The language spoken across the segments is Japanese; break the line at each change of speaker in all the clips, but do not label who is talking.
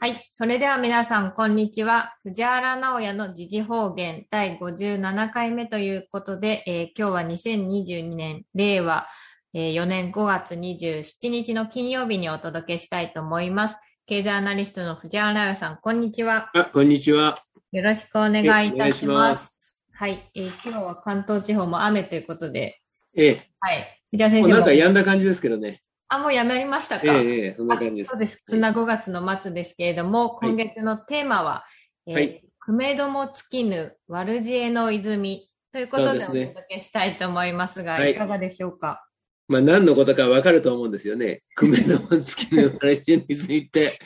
はい。それでは皆さん、こんにちは。藤原直也の時事方言第57回目ということで、えー今日は2022年、令和、えー4年5月27日の金曜日にお届けしたいと思います。経済アナリストの藤原直也さん、こんにちは。
あ、こんにちは。
よろしくお願いいたし
お願
ま。
いします
はい、えー今日は関東地方も雨ということで、
え
はい。藤原
え、
先
も
生
うなん
も
か、やんだ感じですけどね。
あ、もうやめましたか
ええ、ええ、そんな感じで
そ
す
う。です。そんな5月の末ですけれども、
い
今月のテーマは、えー
はい
くめども尽きぬ悪知恵の泉ということ
そう
で
で
お
すね
届けしたいと思いますが、
はい
いかがでしょうか。
まあ、何のことかわかると思うんですよね。久米の月の話について、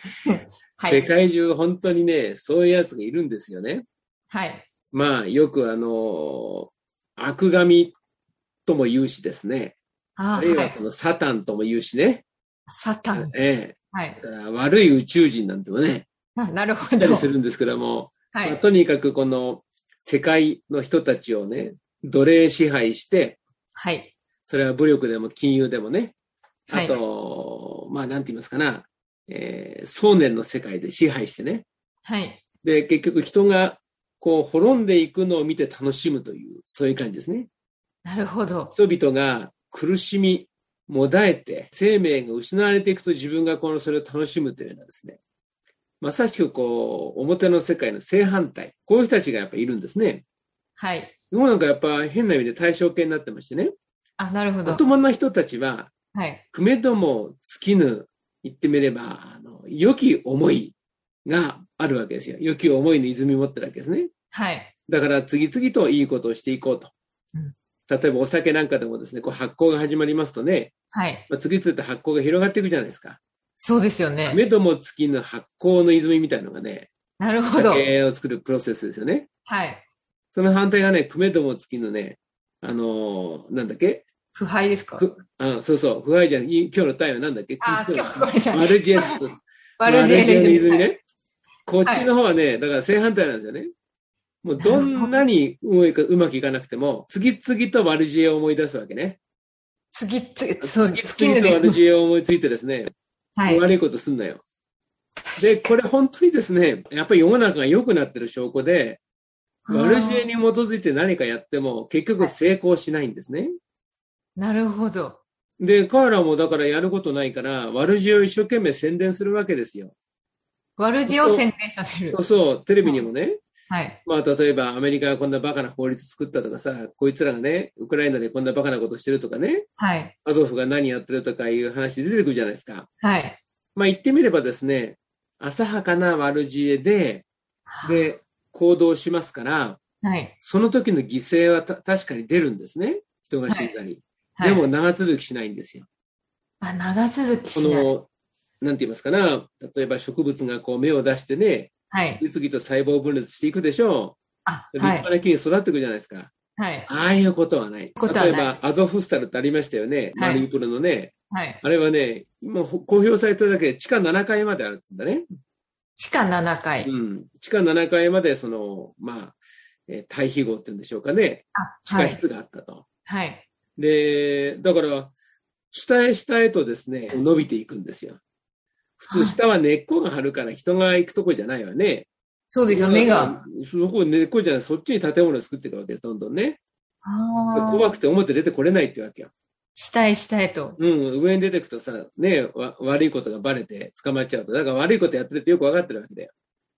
は
世
い。
界中本当にね、そういうやつがいるんですよね。
はい。
まあ、よくあの、悪神とも言うしですね。
あ
あるい
ーは
はいそ。のサタンとも言うしね。
サタン。
ええ。
はい。
だから悪い宇宙人なんてもね、
あなるほ
言った
ど
りす。るんですけども、
は
まあ
い。
とにかくこの世界の人たちをね、奴隷支配して、
はい。
それは武力でも金融でもね、
は
あ
い。
と、まあ、なんて言いますかな、えー、想念の世界で支配してね。
はい。
で、結局人が、こう、滅んでいくのを見て楽しむという、そういう感じですね。
なるほど。
人々が苦しみ、もだえて、生命が失われていくと自分がこの、それを楽しむというようなですね。まさしくこう、表の世界の正反対。こういう人たちがやっぱいるんですね。
はい。
日本なんかやっぱ変な意味で対象形になってましてね。
あ、なるほ
ま
ど
と。もな人たちは、
はい。
くめども尽きぬ、言ってみれば、あの、良き思いがあるわけですよ。良き思いの泉持ってるわけですね。
はい。
だから次々といいことをしていこうと
うん。
例えばお酒なんかでもですね、こう発酵が始まりますとね、
はい。
まあ、次々と発酵が広がっていくじゃないですか。
そうですよ
く
ね。
めども尽きぬ発酵の泉みたいなのがね、
なるほど。
酒を作るプロセスですよね。
はい。
その反対がね、くめども尽きぬね、あのーなんだっけ
腐敗ですか
ふあそうそう、不敗じゃん。い今日の単位はなんだっけ
あ、今日ごめんなさい。
マルジェス。
悪知恵の
マルジェの泉
泉。
ね。こっちの方はね、だから正反対なんですよね。もうどんなにうまくうまくいかなくても、次々と悪知恵を思い出すわけね。
次、次、そう、
次々
月
と
ので
悪
す。
知恵を思いついてですね、
はい。
悪いことすんなよ。で、これ本当にですね、やっぱり世の中が良くなってる証拠で、悪知恵に基づいて何かやっても結局成功しないんですね。
なるほど。
で、彼らもだからやることないから、悪知恵を一生懸命宣伝するわけですよ。
悪事を宣伝させる
そう。そう、テレビにもね、
はい。
まあ、例えばアメリカがこんなバカな法律作ったとかさ、こいつらがね、ウクライナでこんなバカなことしてるとかね、
はい。
アゾフが何やってるとかいう話出てくるじゃないですか。
はい。
まあ、言ってみればですね、浅はかな悪知恵で、で、行動しますから、
はい。
その時の犠牲はた確かに出るんですね。人が死んだり。
はい。
でも、長続きしないんですよ。
あ、長続き
こ
しない。
の、なんて言いますかな、例えば植物がこう芽を出してね、
はい。
次々と細胞分裂していくでしょ
あ、
う。立
はい
派。な木に育っていくじゃないですか。
はい。
ああいうことはない。
ことはない
例えば、アゾフスタルってありましたよね。
はい
マリウポリのね。
はい。
あれはね、今ほ公表されただけで地下7階まであるって言うんだね。
地下7階
う。ん。地下7階まで、その、まあ、えー対比号って言うんでしょうかね。
あ、
地
は
下
い。
室があったと。
はい。
で、だから、下へ下へとですね、伸びていくんですよ。普
はい
通、下は根っこが張るから人が行くとこじゃないわね。
そうですよ、目が。。
そこ根っこじゃない、そっちに建物を作っていくわけです、どんどんね。
あ
怖
あ。
くて表出てこれないってわけよ。
下へ下へと。
うん、上に出てくとさ、ねわ、悪いことがバレて捕まっちゃうと、だから悪いことやってるってよく分かってるわけだよ。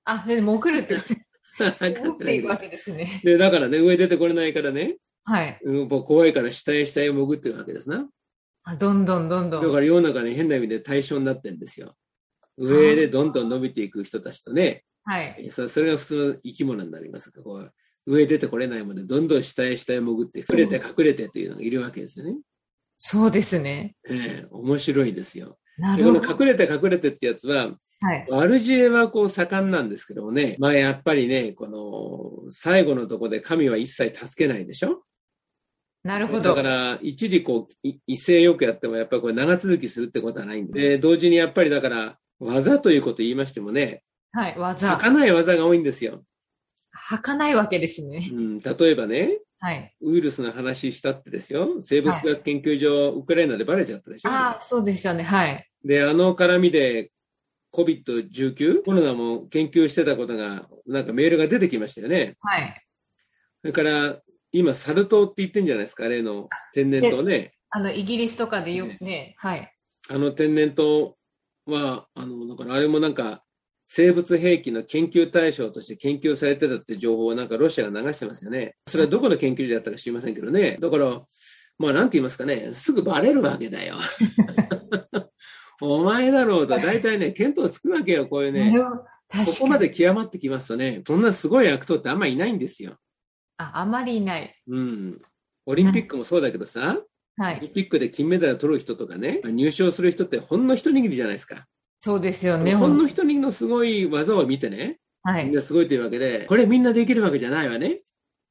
あ、で、潜 るって、
分かってるわ
潜ってい
け
く
だ
わ
よ
けですね。
で、だからね、上出てこれないからね、
はい。
うん、もう怖いから下へ下へ潜ってるわけですな。
あ、どんどんどんど
だ
ん。
から世の中ね、変な意味で対象になってるんですよ。上でどんどん伸びていく人たちとね、
はい。
そそれが普通の生き物になりますこう上出てこれないもので、どんどん下へ下へ潜って、触れて隠れてというのがいるわけですよね。
そうですね。
ええ面白いですよ。
な
で
る
こ
ほ
の
ど。
隠れて隠れてってやつは、
はい。
悪知恵はこう盛んなんですけどもね、まあやっぱりね、この最後のとこで神は一切助けないでしょ
なるほ
だ
ど
か。ら一時こうい一斉よくやってもやっぱりこれ長続きするってことはないんで、で同時にやっぱりだから技ということ言いましてもね、
はい。技。
儚い技が多いんですよ。
はかないわけですね。
うん、例えばね、
はい。
ウイルスの話したってですよ、生物学研究所、ウクライナでバレちゃったでしょ
ああ、そうですよね。はい。
で、あの絡みで COVID-19、コロナも研究してたことが、なんかメールが出てきましたよね。
はい。
それから、今、サル痘って言ってんじゃないですか、例の天然痘ね。
あの、イギリスとかでよくね、はい。
あの天然痘は、あの、だからあれもなんか、生物兵器の研究対象として研究されてたって情報をなんかロシアが流してますよね。それはどこの研究所だったか知りませんけどね。だから、まあなんて言いますかね、すぐバレるわ けだよ。お前だろうと、大体ね、見当つくわけよ、こういう
な
ね。
るほど確か
こ
に
こまで極まってきますとね、そんなすごい悪党ってあんまいないんですよ。
あ、あまりいない。
うん。オリンピックもそうだけどさ、
は
オリ
い。
ンピックで金メダル取る人とかね、入賞する人ってほんの一握りじゃないですか。
そうですよね、
日本
ほ
の
ん
人にのすごい技を見てね、
は
み
い
ん。なすごいというわけで、これみんなできるわけじゃないわね。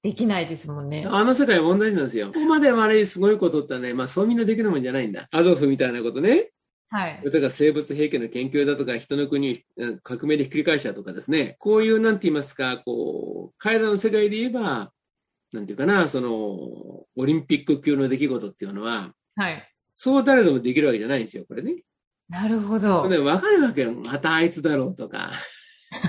できないですもんね。
あの世界も同じなんですよ。ここまで悪いすごいことってね、まあそうみんなできるもんじゃないんだ。アゾフみたいなことね、
はい。
だから生物兵器の研究だとか、人の国を革命でひっくり返したとかですね、こういうなんて言いますか、こう、彼らの世界で言えば、なんていうかな、その、オリンピック級の出来事っていうのは、
はい。
そう誰でもできるわけじゃないんですよ、これね。
なるほど。
ね、わかるわけよ。またあいつだろうとか。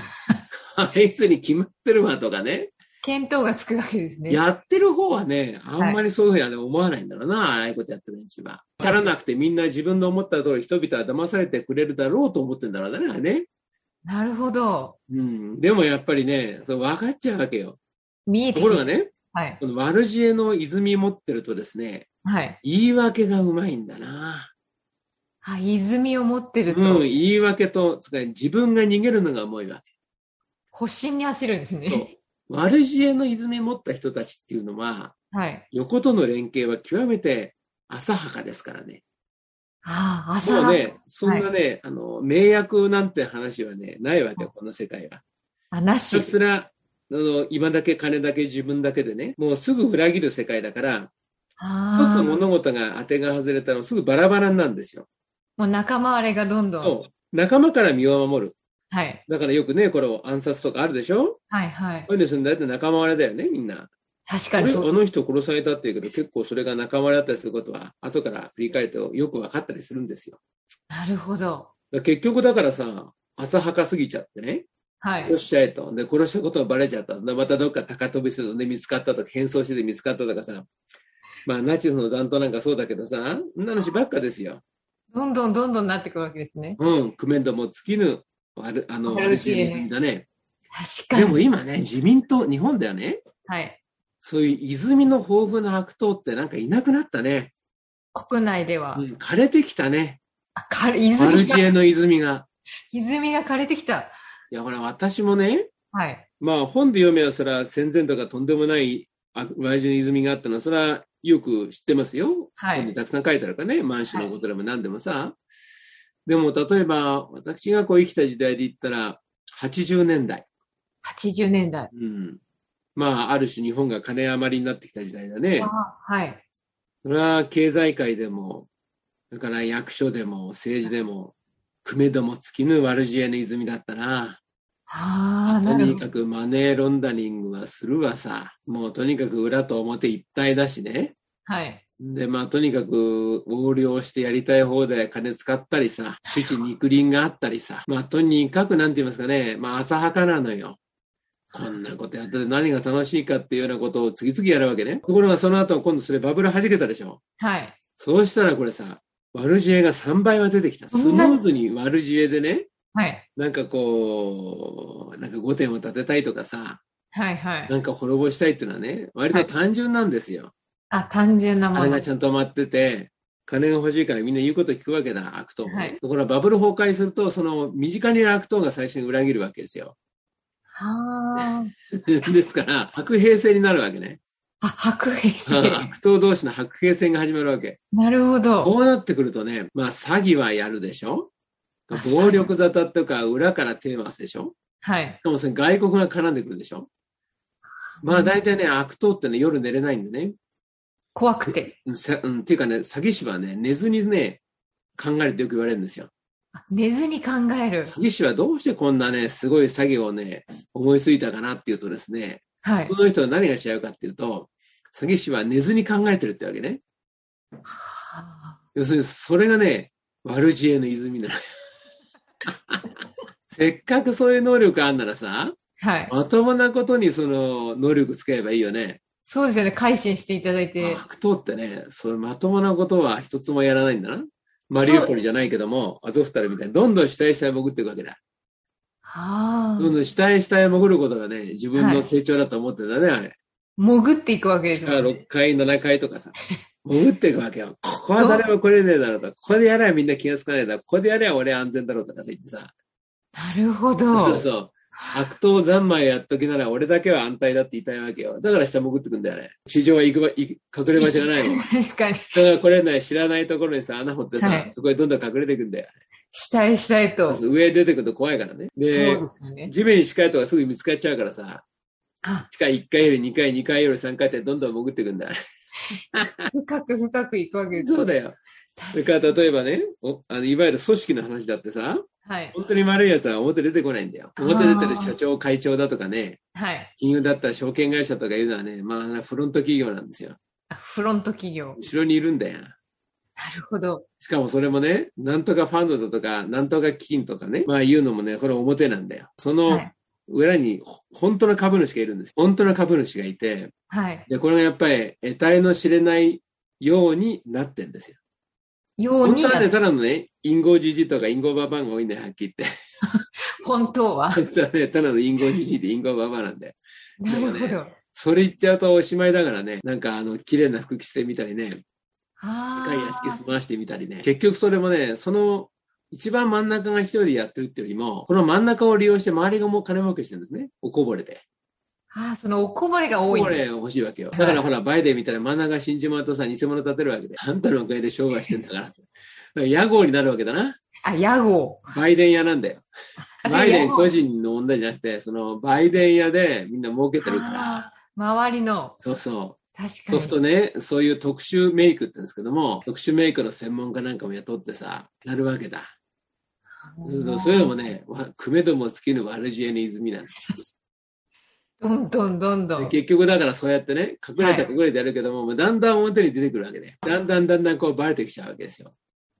あいつに決まってるわとかね。
見当がつくわけですね。
やってる方はね、あんまりそういうふうにはね思わないんだろうな、ああいうことやってる連中は。わからなくてみんな自分の思った通り人々は騙されてくれるだろうと思ってんだろうねあれね。
なるほど。
うん。でもやっぱりね、そう分かっちゃうわけ よ。
見えて
と
き
こ
た
ろがね、
はい。
この悪知恵の泉持ってるとですね、
はい。
言い訳がうまいんだな。
あ、泉を持ってると、
うん、言い訳と、つまり自分が逃げるのが重いわけ。
発信に焦るんです
そう
ね。
悪知恵の泉持った人たちっていうのは、
はい。
横との連携は極めて浅はかですからね。
ああ、朝
もうね、そんなね、あの、名役なんて話はね、ないわけよ、この世界は。
あ、な
ひ。
した
すら、あの、今だけ金だけ自分だけでね、もうすぐ裏切る世界だから、一つ
ああ、
物事が当てが外れたらすぐバラバラになるんですよ。
もう仲間割れがどんどん。
そう仲間から身を守る。
はい。
だからよくね、これ暗殺とかあるでしょ
はい、はい
こ。ういうのするんだって仲間割れだよね、みんな。
確か
あ
に
れ
そう。
あの人殺されたっていうけど、結構それが仲間だったりすることは、後から振り返るとよく分かったりするんですよ。
なるほど。
だから結局だからさ、浅はかすぎちゃってね、
はい
殺。しちゃえと。で、殺したことがバレちゃった。で、またどっか高飛びするので見つかったとか、変装してて見つかったとかさ、まあ、ナチスの残党なんかそうだけどさ、そんな話ばっかですよ。
どんどんどんどんなってくるわけですね。
うん、工面ども尽きぬ、ある、あの、
悪知恵ね
悪知恵だね。
確か
で
に。
も今ね、自民党、日本ではね、
はい。
そういう泉の豊富な悪党ってなんかいなくなったね。
国内では
う。ん、枯れてきたね。
あ、か
マル
泉
チ
が、
エの泉が。
泉が枯れてきた。
いや、ほら、私もね、
はい。
まあ、本で読めば、それは戦前とかとんでもない悪魔人の泉があったのは、それはよく知ってますよ。
はい
本にたくさん書いてあるからね、満州のことでも何でもさ。でも、例えば、私がこう生きた時代で言ったら、80年代。
80年代。
うん。まあ、ある種日本が金余りになってきた時代だね。
あはい。
それは経済界でも、だから役所でも政治でも、久米ども尽きぬ悪知恵の泉だったな。
ああ、
と
なる
に
ほど。
かくマネーロンダリングはするわさ。もうとにかく裏と表一体だしね。
はい。
で、まあとにかく横領してやりたい放題金使ったりさ、主治肉林があったりさ。まあとにかくなんて言いますかね、まあ浅はかなのよ。こんなことやってて何が楽しいかっていうようなことを次々やるわけね。ところがその後今度それバブル弾けたでしょ。
はい。
そうしたらこれさ、悪知恵が3倍は出てきた。スムーズに悪知恵でね、
はい。
なんかこう、なんか5点を立てたいとかさ、
はい。はい。
なんか滅ぼしたいっていうのはね、割と単純なんですよ。
あ、単純なも
金
の
が。ちゃんと待ってて、金が欲しいからみんな言うこと聞くわけだ、悪党もね、
はい
ところがバブル崩壊すると、その身近にいる悪党が最初に裏切るわけですよ。
あ
ですから、白兵戦になるわけね。
あ。あ、白兵生。
悪党同士の白兵戦が始まるわけ。
なるほど。
こうなってくるとね、まあ詐欺はやるでしょ
あ詐欺
暴力沙汰とか裏から手回すでしょ
はい
し。かもそれ外国が絡んでくるでしょまあ大体ね、悪党ってね、夜寝れないんでね。
怖くて。
さうん、っていうかね、詐欺師はね、寝ずにね、考えるってよく言われるんですよ。
あ寝ずに考える。
詐欺師はどうしてこんなね、すごい詐欺をね、思いついたかなっていうとですね、
はい。
その人は何が違うかっていうと、詐欺師は寝ずに考えてるってわけね。
はあ
要するに、それがね、悪知恵の泉なの。せっかくそういう能力あんならさ、
はい。
まともなことにその能力使えばいいよね。
そうですよね。改心していただいて。
悪党ってね、それまともなことは一つもやらないんだな。マリウポリじゃないけども、アゾフタルみたいに、どんどん死体下へ潜っていくわけだ。
あ
どんどん死体下へ潜ることがね、自分の成長だと思ってんだね、あれ。
あ。潜っていくわけです
だ
も
から
んね。
6階、7階とかさ、潜っていくわけよ。ここは誰も来れねえだろうと、ここでやればみんな気がつかないだろう、ここでやれば俺安全だろうとかさ言ってさ、
なるほ
そ
ど
う。そう、悪党三昧やっときなら俺だけは安泰だって言いたいわけよ。だから下潜ってくんだよね。地上は行くば行く隠れ場所がないの。だ
確かに。
から来れない知らないところにさ、穴掘ってさ、
はい
そこへどんどん隠れていくんだよ。
したいしたいと。そう
上へ出てくると怖いからね。で、
ですよね。
地面に近いとかすぐ見つかっちゃうからさ、
あ、
地下1階より2階、2階より3階ってどんどん潜っていくんだよ。
深く深くいくわけです
そう
ね。
だよ。それ
確か
から例えばね、おあのいわゆる組織の話だってさ、
にはい。
本当に悪いやつは表出てこないんだよ。
あー
表出てる社長、会長だとかね、
はい。
金融だったら証券会社とかいうのはね、まあフロント企業なんですよ。
あフロント企業。
後ろにいるんだよ。
なるほど。
しかもそれもね、なんとかファンドだとか、なんとか基金とかね、まあいうのもね、これ表なんだよ。そ
は
の
い。
裏にほ本当の株主がいるんです。本当の株主がいて、
はい。
で、これがやっぱり得体の知れないようになってんですよ。
よう
本
に
当
な
はね、
る。
ただのね、陰謀じじとか陰謀ババアが多いんだよ、はっきり言って。
本当は。
本当はね、ただの隠語じじいで隠語ババアなんで。
なるほ
で
ど。
それ言っちゃうとおしまいだからね、なんかあの、綺麗な服着てみたりね、
あ
高い屋敷
あ。
済ましてみたりね、結局それもね、その、一番真ん中が一人でやってるっていうよりも、この真ん中を利用して周りがもう金儲けしてるんですね。おこぼれで。
ああ、そのおこぼれが
お
多い
こ
ん
ぼ
だ。
れ欲しいわけよ。
はい
だからほら、バイデンみたいな真ん中が死んじまうとさ、偽物立てるわけで。あんたのおかげで商売してんだから。だから屋号になるわけだな。
あ、屋号。
バイデン屋なんだよ。
あ
バイデン
そ
個
れ屋号
人の問題じゃなくて、そのバイデン屋でみんな儲けてるから。
あー周りの。
そうそ
確
う。そう
か
する
に。
とね、そういう特殊メイクって言うんですけども、特殊メイクの専門家なんかも雇ってさ、やるわけだ。うんそういうのもね、わくめども尽きぬ悪知恵の泉なんです。
どんどんどんど
で
ん。
結局だからそうやってね、隠れて
はい
隠れてやるけども、もうだんだん表に出てくるわけで、だんだんだんだんこうバレてきちゃうわけですよ。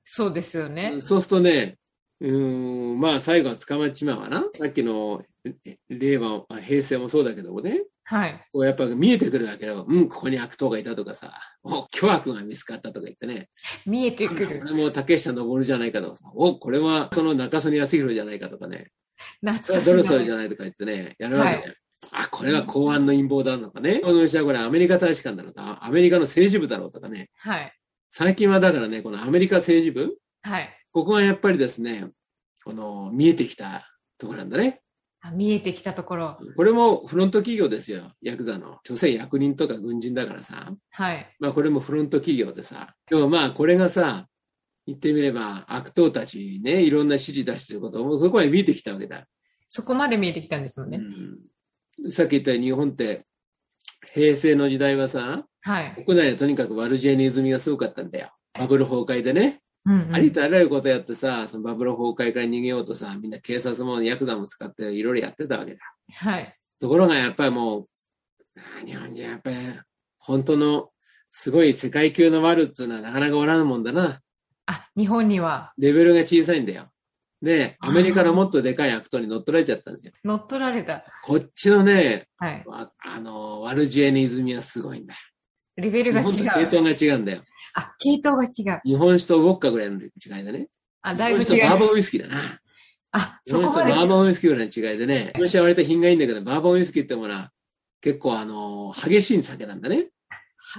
そうですよね。
そうするとね、うーん、まあ最後は捕まっちまうわな。さっきのえ令和、あ平成もそうだけどもね、
はい。
こうやっぱ見えてくるわけよ。うん、ここに悪党がいたとかさ、お、巨悪が見つかったとか言って ね、
見えてく
こ
る。
れも竹下登じゃないかとかさ、お、これはその中曽根康弘じゃないかとかね、そ
懐
れ
かしいな
はドルソルじゃないとか言ってね、やるわけだ
は
よ。あ、これは公安の陰謀だとかね、この人はこれアメリカ大使館だろうと、あアメリカの政治部だろうとかね、
はい。
最近はだからね、このアメリカ政治部、
はい。
ここがやっぱりですね、この見えてきたところなんだね。
あ見えてきたところ。
これもフロント企業ですよ、ヤクザの。所詮役人とか軍人だからさ。
はい。
まあこれもフロント企業でさ、でもまあこれがさ、言ってみれば悪党たちにね、いろんな指示出してることもそこまで見えてきたわけだ。
そこまで見えてきたんですよね。
うんさっき言ったように日本って平成の時代はさ、
はい。
国内でとにかく悪知恵の泉がすごかったんだよ。バブル崩壊でね、
うんうん
ありとあらゆることやってさ、そのバブル崩壊から逃げようとさ、みんな警察もヤクザも使っていろいろやってたわけだ。
はい。
ところがやっぱりもう、あー日本人はやっぱり本当のすごい世界級の悪っつうのはなかなかおらんもんだな。
あ、日本には
レベルが小さいんだよ。で、
あー
アメリカのもっとでかい悪党に乗っ取られちゃったんですよ。
乗っ取られた。
こっちのね、
はい。
ああの、悪知恵の泉はすごいんだよ。
レベル
日
が
本と
違
系
う。
統が違うんだよ。
あ、系統が違う。
日本酒とウォッカぐらいの違いだね。
あ、だいぶ違
日
い
本
ま
酒とバーボ
す。
ンウイスキーだな。
あ、
日
そ
本
こま
酒と
で
バ。ーボンウイスキーぐらいの違いでね。日本酒は割と品がいいんだけど、バーボンウイスキーってものは結構あの、激しい酒なんだね。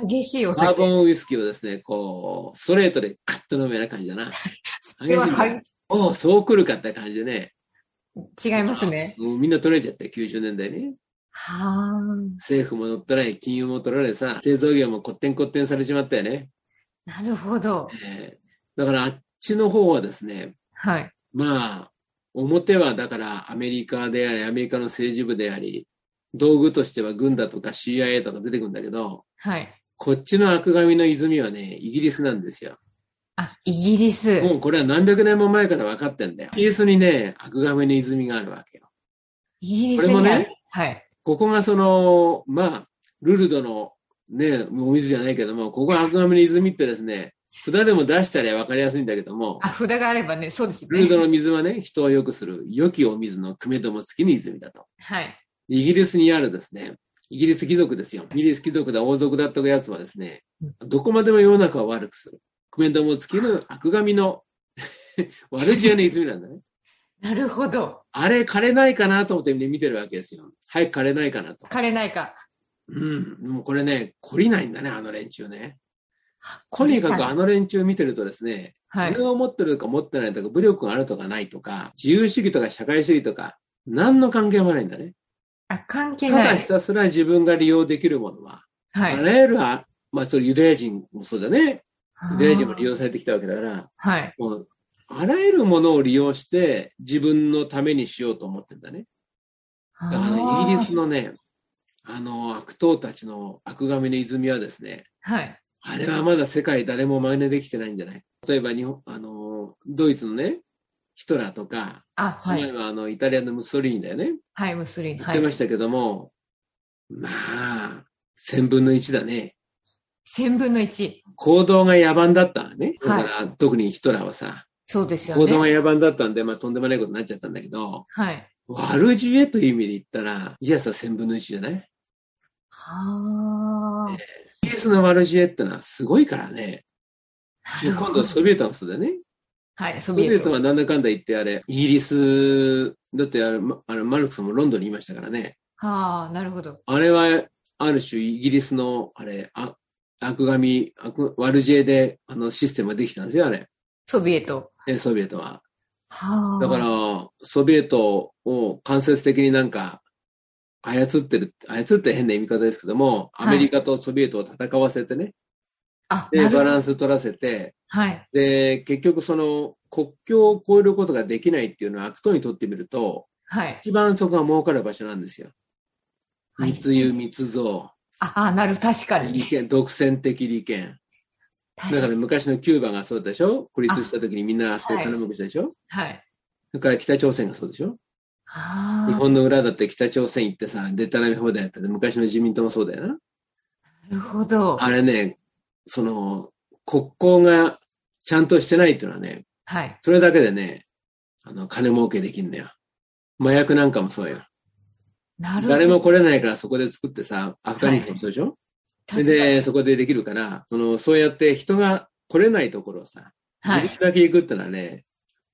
激しいお
バーボ
酒。
ンウイスキーをですね、こう、ストレートでカッと飲むような感じだな。
では、は
激しいねおうそう来るかって感じでね、
違いますね。
もうみんな取られちゃって、90年代ね。
はあ。
政府も乗っ取られ、金融も取られさ、製造業もこってんこってんされちまったよね。
なるほど。
えーだからあっちの方はですね、
はい。
まあ、表はだからアメリカであり、アメリカの政治部であり、道具としては軍だとか CIA とか出てくるんだけど、
はい。
こっちの悪神の泉はね、イギリスなんですよ。
あ、イギリス。
もうこれは何百年も前から分かってんだよ。イギリスにね、悪神の泉があるわけよ。
イギリ
こ
ス
れも
にある
ね、
はい。
ここがその、まあ、ルルドのね、お水じゃないけども、ここは悪神の泉ってですね、札でも出したら分かりやすいんだけども、
あ、札があればね、そうです
ルード
ね。
の水はね、人を良くする、良きお水の汲めども尽きぬ泉だと。
はい。
イギリスにあるですね、イギリス貴族ですよ。イギリス貴族だ、王族だったやつはですね、どこまでも世の中を悪くする。クメンドも尽きぬ悪神の 悪知恵の泉なんだね。
なるほど。
あれ枯れないかなと思って見てるわけですよ。早く枯れないかなと。
枯れないか。
うん。もうこれね、懲りないんだね、あの連中ね。とにかくあ
の、
の連中見てるとですね、
はい
それ。を持ってるか持ってないとか、武力があるとかないとか、自由主義とか社会主義とか、何の関係もないんだね。
あ、関係
た
な
だひ
い。
たすら自分が利用できるものは、
は
あ
い。
らゆるあ、まあ、それユダヤ人もそうだね。ユダヤ人も利
あー
用されてきたわけだから、
はい。
もう、あらゆるものを利用して自分のためにしようと思ってんだね。だからね、イギリ
ス。
スのね、あの、悪党たちの悪神の泉はですね、
はい。
あれはまだ世界誰も真似できてないんじゃない例えば日本、あの、ドイツのね、ヒトラーとか、
あ、は
前
い。
はあの、イタリアのムッソリーニだよね。
はい、ムスリン。
言っ
は
てま
い。
したけども、まあ、千分の一だね。
千分の一。
行動が野蛮だったわね。だ
は
か
い
ら、特にヒトラーはさ、
そうですよ
行動が
ね。
野蛮だったんで、まあ、とんでもないことになっちゃったんだけど、
はい。
悪知恵という意味で言ったら、イエスは1000分の1じゃない
はあ。
イエスの悪知恵ってのはすごいからね。
な
もう
るほど
今度はソビエトもそうだよね。
はい、ソ
ソ
ビ
ビ
エ
エト
ト。
はなんだかんだ言ってあれ、イギリス、だってあれ、まあのマルクスもロンドンにいましたからね。
はあ、なるほど。
あれは、ある種イギリスの、あれ、あ悪神、悪悪知恵で、あのシステムができたんですよ、あれ。
ソビエト。
ねソビエトは。
はあ。
だか、ら、ソビエトを間接的になんか、操ってる、操って変な言い方ですけども、
は
ア
い
メリカとソビエトを戦わせてね、
あ、
で、
な
バ
る
ランス取らせて、
はい。
で、結局その、国境を越えることができないっていうのは悪党にとってみると、
はい。
一番そこが儲かる場所なんですよ。
はい
密輸、密造、
あ、あなる、確か
利
に。
権、独占的利権。だから
確
昔のキューバがそうでしょ孤立した時にみんなあそこで金儲けしたでしょ、
はい。
それから北朝鮮がそうでしょ
はあ。
日本の裏だって北朝鮮行ってさ、でたらめ放題やったで、昔の自民党もそうだよな。
なるほど。
あれね、その、国交がちゃんとしてないっていうのはね、
はい。
それだけでね、あの、金儲けできんのよ。麻薬なんかもそうよ。
なるほど。
誰も来れないからそこで作ってさ、アフガニスタンもそうでしょ、
確かに
で、そこでできるから、その、そうやって人が来れないところをさ、
は
自
い。
分だけ行くってのはね、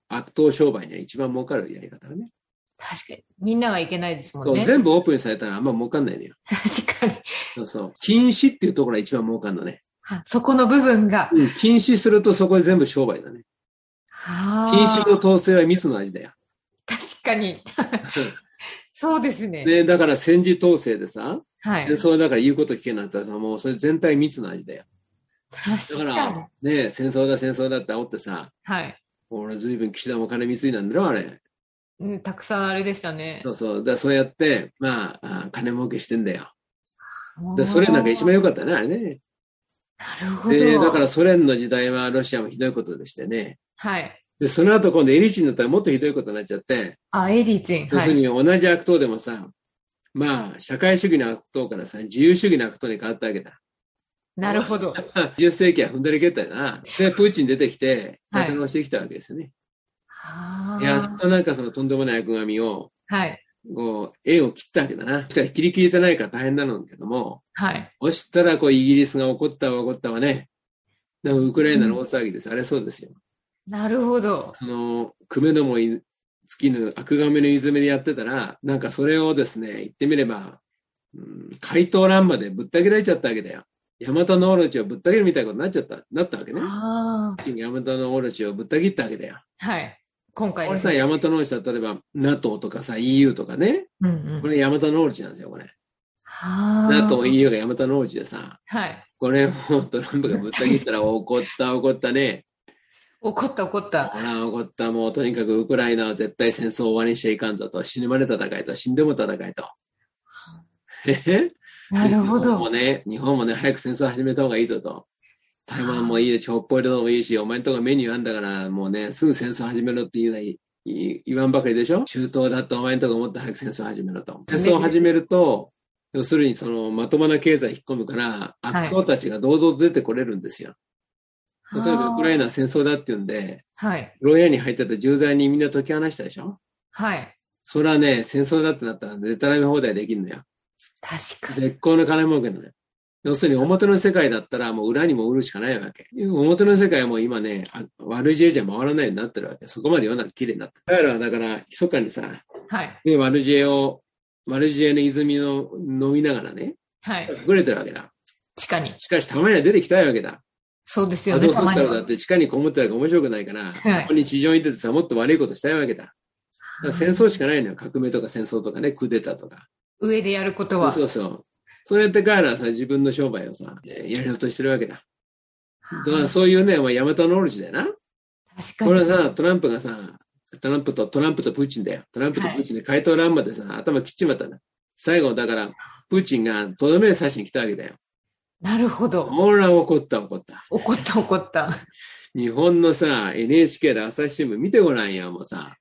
悪党商売には一番儲かるやり方だね。
確かに。みんながいけないですもん
そう
ね。
全部オープンにされたらあんま儲かんないのよ。
確かに。
そうそう。禁止っていうところが一番儲かんのね。
あそこの部分が。
うん、禁止するとそこで全部商売だね。
はあ。
禁止と統制は密の味だよ。
確か に。そうですね。
ね、だから戦時統制でさ、
はい。
戦争だから言うこと聞けなかったらさ、もうそれ全体密の味だよ。だか
確かに
ら。、ね、戦争だ戦争だって煽ってさ、
はい。
俺随分岸田も金貢いなんだろ、あれ。
うん、たくさんあれでしたね
そ。うそう。だからそうやって、まあ、あ金儲けしてんだよ。で、ソ連なんか一番良かったね、あれね。
なるほど。
で、だからソ連の時代はロシアもひどいことでしてね。
はい。
で、その後今度エリチンだったらもっとひどいことになっちゃって、
あ、エリツィン。
要
は
する
い。
に同じ悪党でもさ、まあ、社会主義の悪党からさ、自由主義の悪党に変わったわけだ。
なるほど。
10世紀は踏んだり蹴ったよな。で、プーチン出てきて、
はい
立て直してきたわけですよね。
は
やっとなんかそのとんでもない悪神を、
あ。はい。
こう、縁を切ったわけだな。しかし切り切れてないから大変なのけども、
はい。
そしたらこう、イギリスが怒ったわ怒ったわね。なんかウクライナの大騒ぎです。あれそうですよ。
なるほど。
その、くめどもい尽きぬ悪亀の泉でやってたら、なんかそれをですね、言ってみれば、うん、怪盗乱までぶった切られちゃったわけだよ。ヤマタノオロチをぶった切るみたいなことになっちゃった、なったわけね。
あ
ヤマタノオロチをぶった切ったわけだよ。
あ。はい。今回
こ
で
れ
す
さ、
ね。
ヤマタノオロチだったら例えば、NATO とかさ、EU とかね。
うんう
こ
ん。
れヤマタノオロチなんですよ、これ。
はあ。
NATO、EU がヤマタノオロチでさ、
はい。
これもうトランプがぶった切ったら怒った、怒ったね。
怒った怒った。
ほら、怒った。もうとにかくウクライナは絶対戦争を終わりにしちゃいかんぞと。死ぬまで戦えと。死んでも戦えと。え
なるほ
日本
ど。
もね、日本もね、早く戦争始めた方がいいぞと。台湾もいいし、北方領土もいいし、お前んとこメニューあんだから、もうね、すぐ戦争始めろって言うないい言わんばかりでしょ中東だってお前んとこもっと早く戦争始めろと。戦争を始めると、要するにそのまともな経済引っ込むから、悪党たちが堂々と出てこれるんですよ。例えばウクライナは戦争だっていうんで、
はい。
牢屋に入ってた重罪人みんな解き放したでしょ
はい。
それはね、戦争だってなったら、でたらめ放題できるのよ。
確かに。
絶好の金儲けのね。要するに表の世界だったらもう裏にも売るしかないわけ。表の世界はもう今ね、あ悪い知恵じゃ回らないようになってるわけ。そこまで世の中綺麗になった。彼らはだから、密かにさ、
はい。
ね、悪知恵を、悪知恵の泉を飲みながらね、
はい。
隠れてるわけだ。
地下に。
しかし、たまには出てきたいわけだ。
そうですよ
ア
ね。
ゾ
た
フ
ま
スタ
に
ルだっ
は。
て地下にこもってたら面白くないから、
はい
ここに地上に出てさ、もっと悪いことしたいわけだ。だから戦争しかないのよ。革命とか戦争とかね、クーデターとか。
上でやることは。
そうそう。そうやって彼らはさ、自分の商売をさ、えーやりようとしてるわけだ。だからそういうね、まあ、ヤマタノオルジだよな。
確かに。
これはさ、トランプがさ、トランプとトランプとプーチンだよ。トランプとプーチンで怪盗乱魔でさ、頭切っちまったんだ。最後、だから、プーチンがとどめを刺しに来たわけだよ。
なるほど。
ほら、怒った怒った。
怒った怒った。
日本のさ、NHK で朝日新聞見てごらんや、もうさ。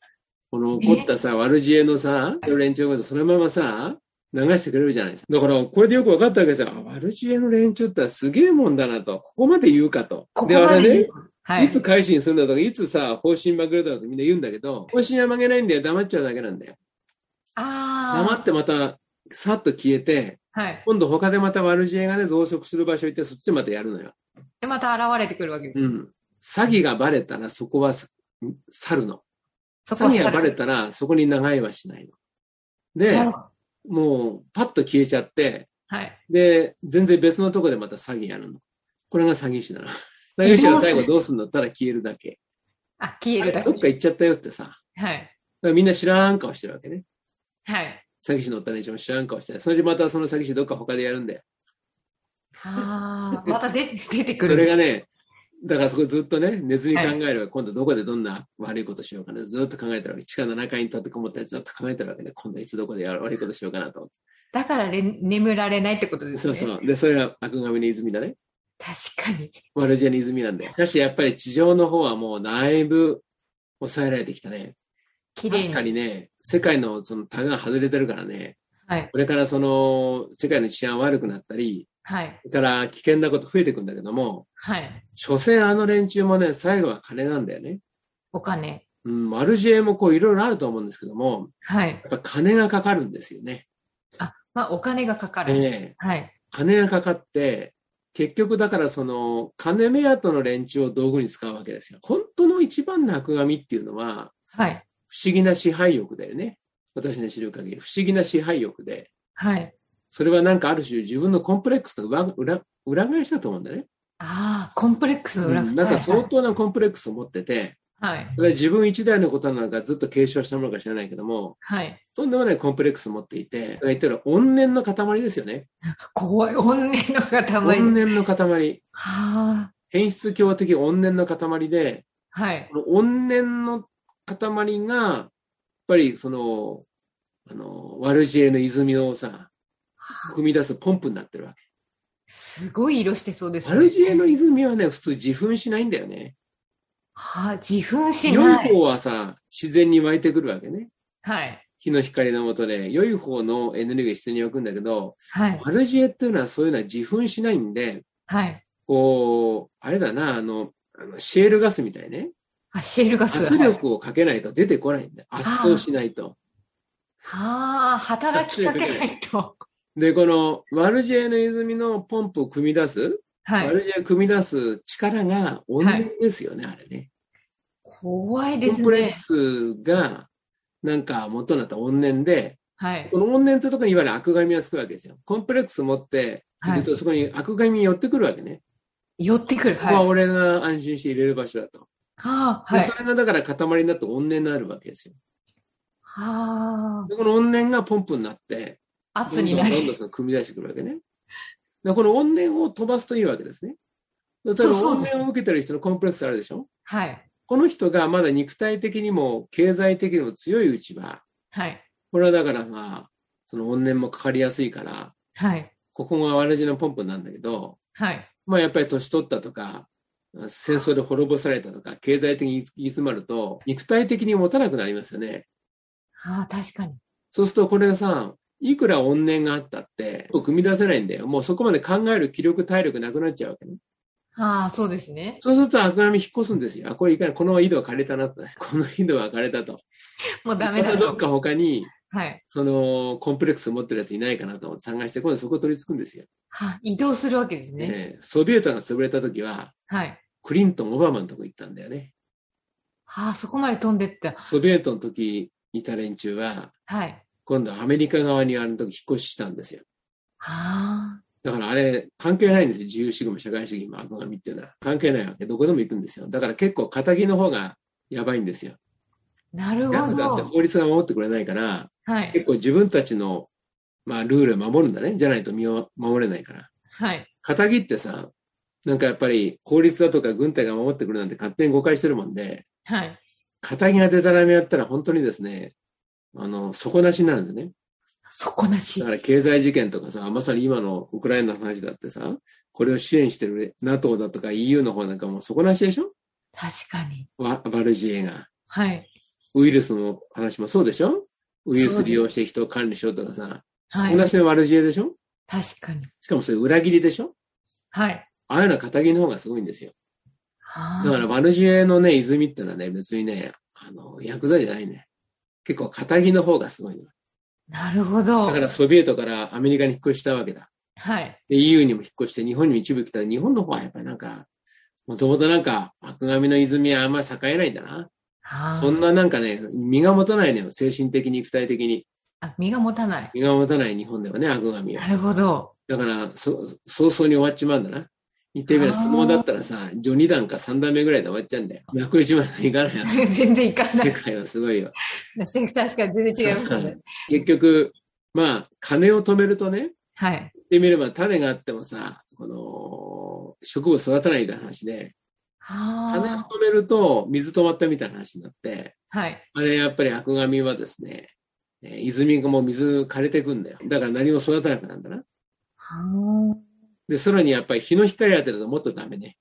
この怒ったさ、悪知恵のさ、連中がそのままさ、流してくれるじゃないですか。だから、これでよく分かったわけですよ。あ悪知恵の連中ってすげえもんだなと。ここまで言うかと。
ここま
あれ
で
ね
言う。はい
いつ改心するんだとか、いつさ、方針まくれたとかみんな言うんだけど、方針は曲げないんだよ、黙っちゃうだけなんだよ。
あ
黙
あ。
ってまた、さっと消えて、
はい。
今度他でまた悪知恵がね、増殖する場所行って、そっちでまたやるのよ。
で、また現れてくるわけです
う
よ。
ん。詐欺がバレたら、そこはさ去るの。
そこ
詐
は
欺が
さ
バレたら、そこに長居はしないの。で
なる、ほど
もう、パッと消えちゃって、
はい。
で、全然別のとこでまた詐欺やるの。これが詐欺師 なの。詐欺師は最後どうすんだったら消えるだけ。
あ、消えるだけ
どっ。か行っちゃったよってさ。
はい。
だからみんな知らん顔してるわけね。
はい。
詐欺師のった連中も知らん顔して、そのうちまたその詐欺師どっか他でやるんだよ。
あ あ。またで出てく
そ
る。
れがね、だからそこずっとね、寝ずに考えれば、今度どこでどんな悪いことしようかな、ずっと考えてるわけ。地下の中に立ってこもってずっと考えてるわけね。今度いつどこでやる悪いことしようかなと思っ
だかられ眠られないってことで
て。
す
そう
ね。
そう。で、それは悪神の泉だね。
確かに。
悪知恵の泉なんだよ。しかしやっぱり地上の方はもうだいぶ抑えられてきたね。
綺麗に。
確かにね、世界のそのタガが外れてるからね、
はい。
これからその世界の治安悪くなったり、
はい。
それから危険なこと増えてくんだけども、
はい。
所詮あの連中もね、最後は金なんだよね。
お金。
うん、マルジエもこういろいろあると思うんですけども、
はい。
やっぱ金がかかるんですよね。
まあ、お金がかかる。
ええ
はい。
金がかかって、結局だからその金目当ての連中を道具に使うわけですよ。本当の一番の悪神っていうのは
はい。
不思議な支配欲だよね。私の知る限り不思議な支配欲で、
はい。
それはなんかある種自分のコンプレックスの裏裏裏返しだと思うんだよね。
ああ、コンプレックスの裏
うんなんか相当なコンプレックスを持ってて、
はい。
それは自分一代のことなのかずっと継承したものか知らないけども、
はい。
とんでもないコンプレックスを持っていて、言ってる怨念の塊ですよね。
怖い。怨念の塊。
怨念の塊。
はあ。
変質教的怨念の塊で、
はい。
この怨念の塊が、やっぱりその、あの、悪知恵の泉をさ、踏み出すポンプになってるわけ。
すごい色してそうですね。
悪知恵の泉はね、普通自噴しないんだよね。
はあ、自噴し
良い
ない。
方はさ、自然に湧いてくるわけね。
はい。
火の光の下で、良い方のエネルギーが自然に湧くんだけど、
はい。
マルジエっていうのはそういうのは自噴しないんで、
はい。
こう、あれだな、あの、あのシェールガスみたいね。
あ、シェールガス。
圧力をかけないと出てこないんだ。圧送しないと。
はあ、働きかけないと。
で、この、マルジエの泉のポンプを組み出す、
は
マ
い。
ルジエを組み出す力が怨念ですよね、あれね。
怖いで
コ
す
ンプレッ
ね
ク。スが、なんか元になった怨念で、
はい。
この怨念ってところにいわゆる悪神がつくわけですよ。コンプレックス持っていると、そこに悪神に寄ってくるわけね。
寄ってくる。
こ
は
こ
い。
は
は
俺が安心して入れる場所だと。
あ、
で
はい。
そ
は
れがだから塊になって怨念になるわけですよ。
あ。
でこの怨念がポンプになって、ど
圧
ん
に
ど
なん
どんどん
り。
その組み出してくるわけね。でこの怨念を飛ばすといいわけですね。だから
そうそう
怨
です
念を受けてる人のコンプレックスあるでしょ
はい。
この人がまだ肉体的にも経済的にも強いうちは、
はい。
これはだからまあ、その怨念もかかりやすいから、
はい。
ここが悪事のポンプなんだけど、
はい。
まあやっぱり年取ったとか、戦争で滅ぼされたとか、経済的に行き詰まると、肉体的に持たなくなりますよね。
ああ、確かに。
そうするとこれがさ、いくら怨念があったって、組み出せないんだよ。もうそこまで考える気力、体力なくなっちゃうわけね。
ああ、そうですね。
そうすると、アクアミ引っ越すんですよ。あ、これいかない。この井戸は枯れたなと。 この井戸は枯れたと。
もうダメだ
こんなど
な
っ。か他に、
はい。
その、コンプレックスを持ってるやついないかなと思って探して、今度そこ取り付くんですよ。
は移動するわけですね。
ええソビエトが潰れた時は、
はい。
クリントン・オバマのとこ行ったんだよね。
ああ、そこまで飛んでった。
ソビエトの時いた連中は、
はい。
今度アメリカ側にあの時引っ越ししたんですよ。
あ
だからあれ、関係ないんですよ。自由主義も社会主義も悪神っていうのは。関係ないわけ。どこでも行くんですよ。だから結構、仇の方がやばいんですよ。
あ、なる
ヤ
ほ
クザって
ど。
法律が守ってくれないから、
はい。
結構自分たちの、まあ、ルールを守るんだね。じゃないと身を守れないから。
はい。
仇ってさ、なんかやっぱり法律だとか軍隊が守ってくるなんて勝手に誤解してるもんで、
はい。
仇がでたらめやったら本当にですね、あの、底なしになるんですね。
底なし
だか。ら経済事件とかさ、まさに今のウクライナの話だってさ、これを支援してる NATO だとか EU の方なんかもう底なしでしょ
確かに。
わ悪知恵が。
はい。
ウイルスの話もそうでしょウイル
そう
ス
です
利用して人を管理しようとかさ、
は。
底ないしの悪知恵でしょ
確かに。
しかもそれ裏切りでしょ
はい。
ああいうのは仇の方がすごいんですよ。
あ
だから
あ。
マルジエのね、泉ってのはね、別にね、あの、ヤクザじゃないね。結構、仇の方がすごいの。
なるほど
だか。らソビエトからアメリカに引っ越したわけだ。
はい。
で、EU にも引っ越して、日本にも一部来たら、日本の方はやっぱりなんか、もともとなんか、悪神の泉はあんまり栄えないんだな。
あ
そん
ー
ななんかね、身が持たないのよ。精神的に、肉体的に。
あ。身が持たない。
身が持たない日本ではね、悪神は
な。るほど。
だから、そ、早々に終わっちまうんだな。言ってみれば相撲だったらさ、序2段か3段目ぐらいで終わっちゃうんだよ。楽一番でいかな いよ。
全然いかな
世
い。
界はすごいよ。
確かに全然違いますね。
結局、まあ、金を止めるとね、
はい。
言ってみれば種があってもさ、この、植物育たないみたいな話で、金を
あ
止めると水止まったみたいな話になって、
あ。はい。
あれやっぱり悪神はですね、えー泉がもう水枯れてくんだよ。だから何も育たなくなるんだな。
は
で、空にやっぱり日の光当てるともっとダメね。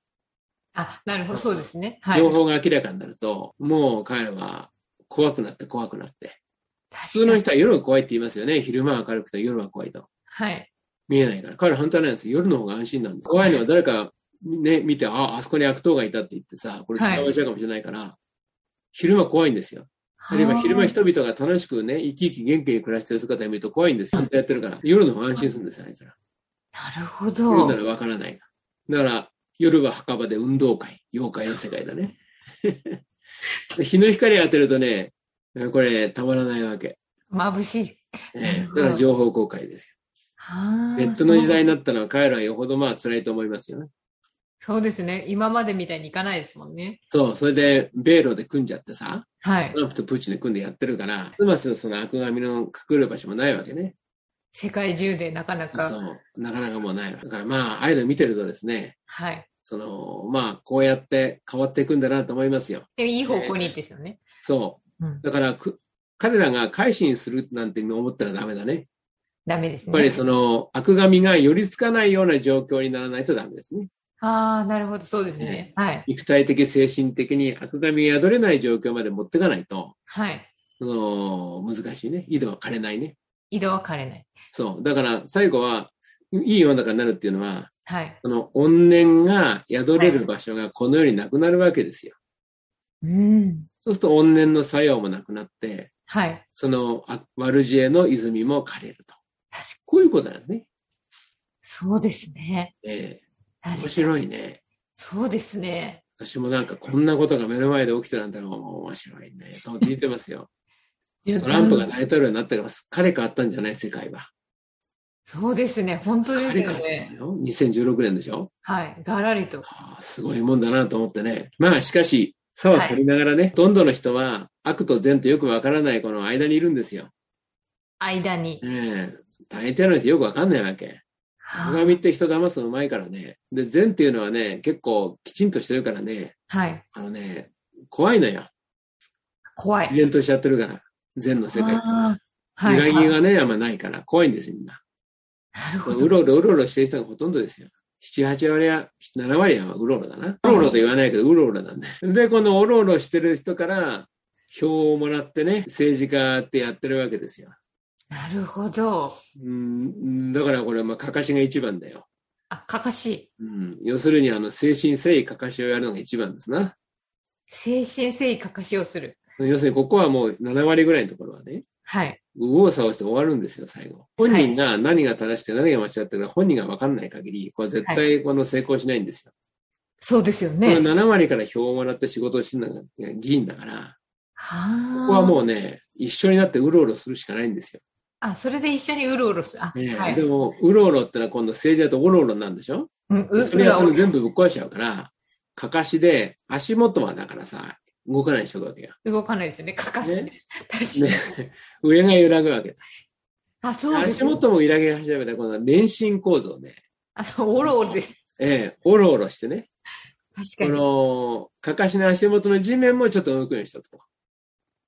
ああ、なるほど。そうですね。はい。
情報が明らかになると、もう彼らは怖くなって怖くなって。
普
普通の人は夜が怖いって言いますよね。昼間は明るくて夜は怖いと。
はい。
見えないから。彼反対なんですよ。夜の方が安心なんです。怖いのは誰か、ね、見て、あ、あそこに悪党がいたって言ってさ、これ
はい
使われちゃうかもしれないから、昼間怖いんですよ。
あ
あるいは昼間
ー
人々が楽しくね、生き生き元気に暮らしてる姿を見ると怖いんですよ。反対やってるから。夜の方が安心するんですよ、あいつら。
なるほ
夜な
ど。
らわからないだから、夜は墓場で運動会、妖怪の世界だね。で 日の光当てるとね、これたまらないわけ。
眩しい。
ええだから情報公開ですよ
あー
ネットの時代になったのは彼らはよほどまあ辛いと思いますよね。
そうそうですね。今までみたいにいかないですもんね。
そう、それで米ロで組んじゃってさ、
はい
ト。ランプとプーチンで組んでやってるから、ますますその悪神の隠れる場所もないわけね。
世界中でなかな
そ
か。
う、なかなかもうないわだからまあ、ああいうの見てるとですね、
はい。
その、まあ、こうやって変わっていくんだなと思いますよ。
でいい方向にですよね。
そう
うん。
だからく、彼らが改心するなんて思ったらダメだね。
ダメです
やっぱり
ね。
その、悪神が寄りつかないような状況にならないとダメですね。
ああ、なるほど。そうですね。はい。
肉体的、精神的に悪神が宿れない状況まで持っていかないと、
はい。
その難しいね。井戸は枯れないね。
移動は枯れない。
そう。だから最後は、いい世の中になるっていうのは、
はい。
その怨念が宿れる場所がこの世になくなるわけですよ。
うん。
そうすると怨念の作用もなくなって、
はい。
そのあ悪知恵の泉も枯れる
確
と。
か
こういうことなんですね。
そうですね。
ええ
確か
面
に
白いね。
そうですね。
私もなんかこんなことが目の前で起きてたんだろう。面白いね。と言ってますよ。トランプが大統領になったからすっかり変わったんじゃない世界は。
そうですね。本当ですよ
すっかり変わった
ね。
のよ2016年でしょ
はい。がらりと。
ああすごいもんだなと思ってね。まあしかし、差は去りながらね、ほとんどの人は悪と善とよくわからないこの間にいるんですよ。
間に。
ええ大抵の人よくわかんないわけ。
は
鏡って人騙すのうまいからね。で、善っていうのはね、結構きちんとしてるからね、
はい。
あのね、怖いのよ。
怖い。
自然としちゃってるから、善の世界って。
あーはい。
裏切り
あ
がね、あんまないから、怖いんですよ、みんな。
なるほ
う
ど。
ろうろうろうろしてる人がほとんどですよ。7、8割は、7割はうろうろだな。うろうろと言わないけど、うろうろなんで。で、このうろうろしてる人から、票をもらってね、政治家ってやってるわけですよ。
なるほど。
うん、だからこれ、まあ、かかしが一番だよ。
あ、かかし。
うん、要するに、あの、精神誠意かかしをやるのが一番ですな。
精神誠意かかしをする。
要するに、ここはもう7割ぐらいのところはね、
はい。
右往左往して終わるんですよ、最後。本人が何が正しくて何が間違ってるか、本人が分かんない限り、これは絶対この成功しないんですよ。
そうですよ
こ
ね。
の7割から票をもらって仕事をしてるのが議員だから、
はあ。
ここはもうね、一緒になってうろうろするしかないんですよ。
あ、それで一緒にうろうろする。あ、
ねえ
はい。
でも、うろうろってのは今度政治だとおろおろなんでしょ
うん、う、
それやった
う
ら全部ぶっ壊しちゃうから、かかしで、足元はだからさ、動かない人だわけよ。
動かないですよね。かかし。
ね
確 かに。
ね、上が揺らぐわけだ。
あ、そうです
足。元も揺らぎ始めたら、今度は連心構造ね。
あの、おろおろです。
ええ、おろおろしてね。こ
確かに。
の、かかしの足元の地面もちょっと動くようにしとくと。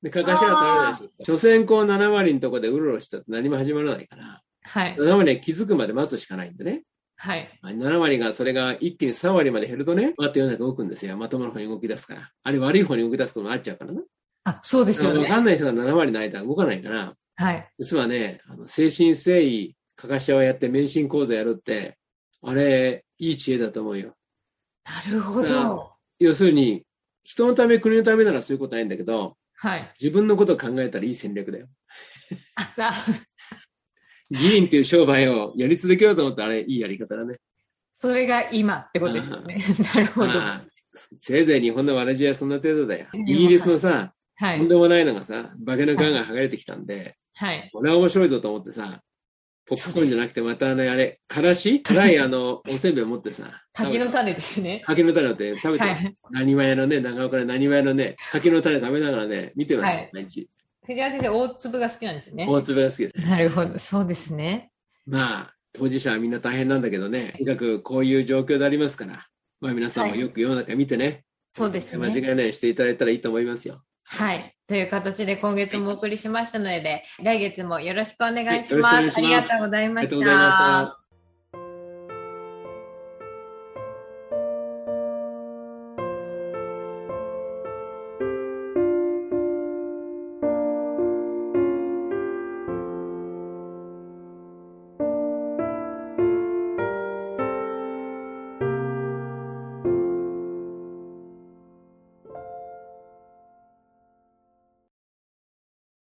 で、かかしは取られないでしょ。所詮こう7割のとこでうろうろしたって何も始まらないから、
はい。
7割は気づくまで待つしかないんでね。
はい。
7割がそれが一気に3割まで減るとね、また世の中動くんですよ。まともな方に動き出すから。あれ悪い方に動き出すこともあっちゃうからな。
あ、そうですよ
分
ね。
かんない人が7割の間は動かないから、
はい。
実はね、あの精神誠意、かかしをやって、免震講座やるって、あれ、いい知恵だと思うよ。
なるほど。
要するに、人のため、国のためならそういうことないんだけど、
はい。
自分のことを考えたらいい戦略だよ。
あ、あ
議員っていう商売をやり続けようと思ったら、あれ、いいやり方だね。
それが今ってことですよね。なるほど。
まあ、せいぜい日本のわらじはそんな程度だよ。イギリスのさ、
は
とん
い。
でもないのがさ、化けの皮が剥がれてきたんで、
はい。
これは面白いぞと思ってさ、ポップコーンじゃなくて、またね、あれ、からし辛いあの、おせんべい持ってさ、
柿の種ですね。
柿の種って食べて、
はい。
何話屋のね、長岡の何話屋のね、柿の種食べながらね、見てますよ、
はい
毎日。
藤原先生、大粒が好きなんですよね。
大粒が好きです。
なるほど。そうですね。
まあ、当事者はみんな大変なんだけどね、とにかくこういう状況でありますから、まあ皆さんもよく世の中見てね、
そうです
間違い
ね。
ないようにしていただいたらいいと思いますよ。
はい。という形で今月もお送りしましたので、来月もよろしくお願いし
は
ま
いよろ
す。
し
あ
くお願
り
いします
がとうござい
あ
ま
り
した。
がとうございました。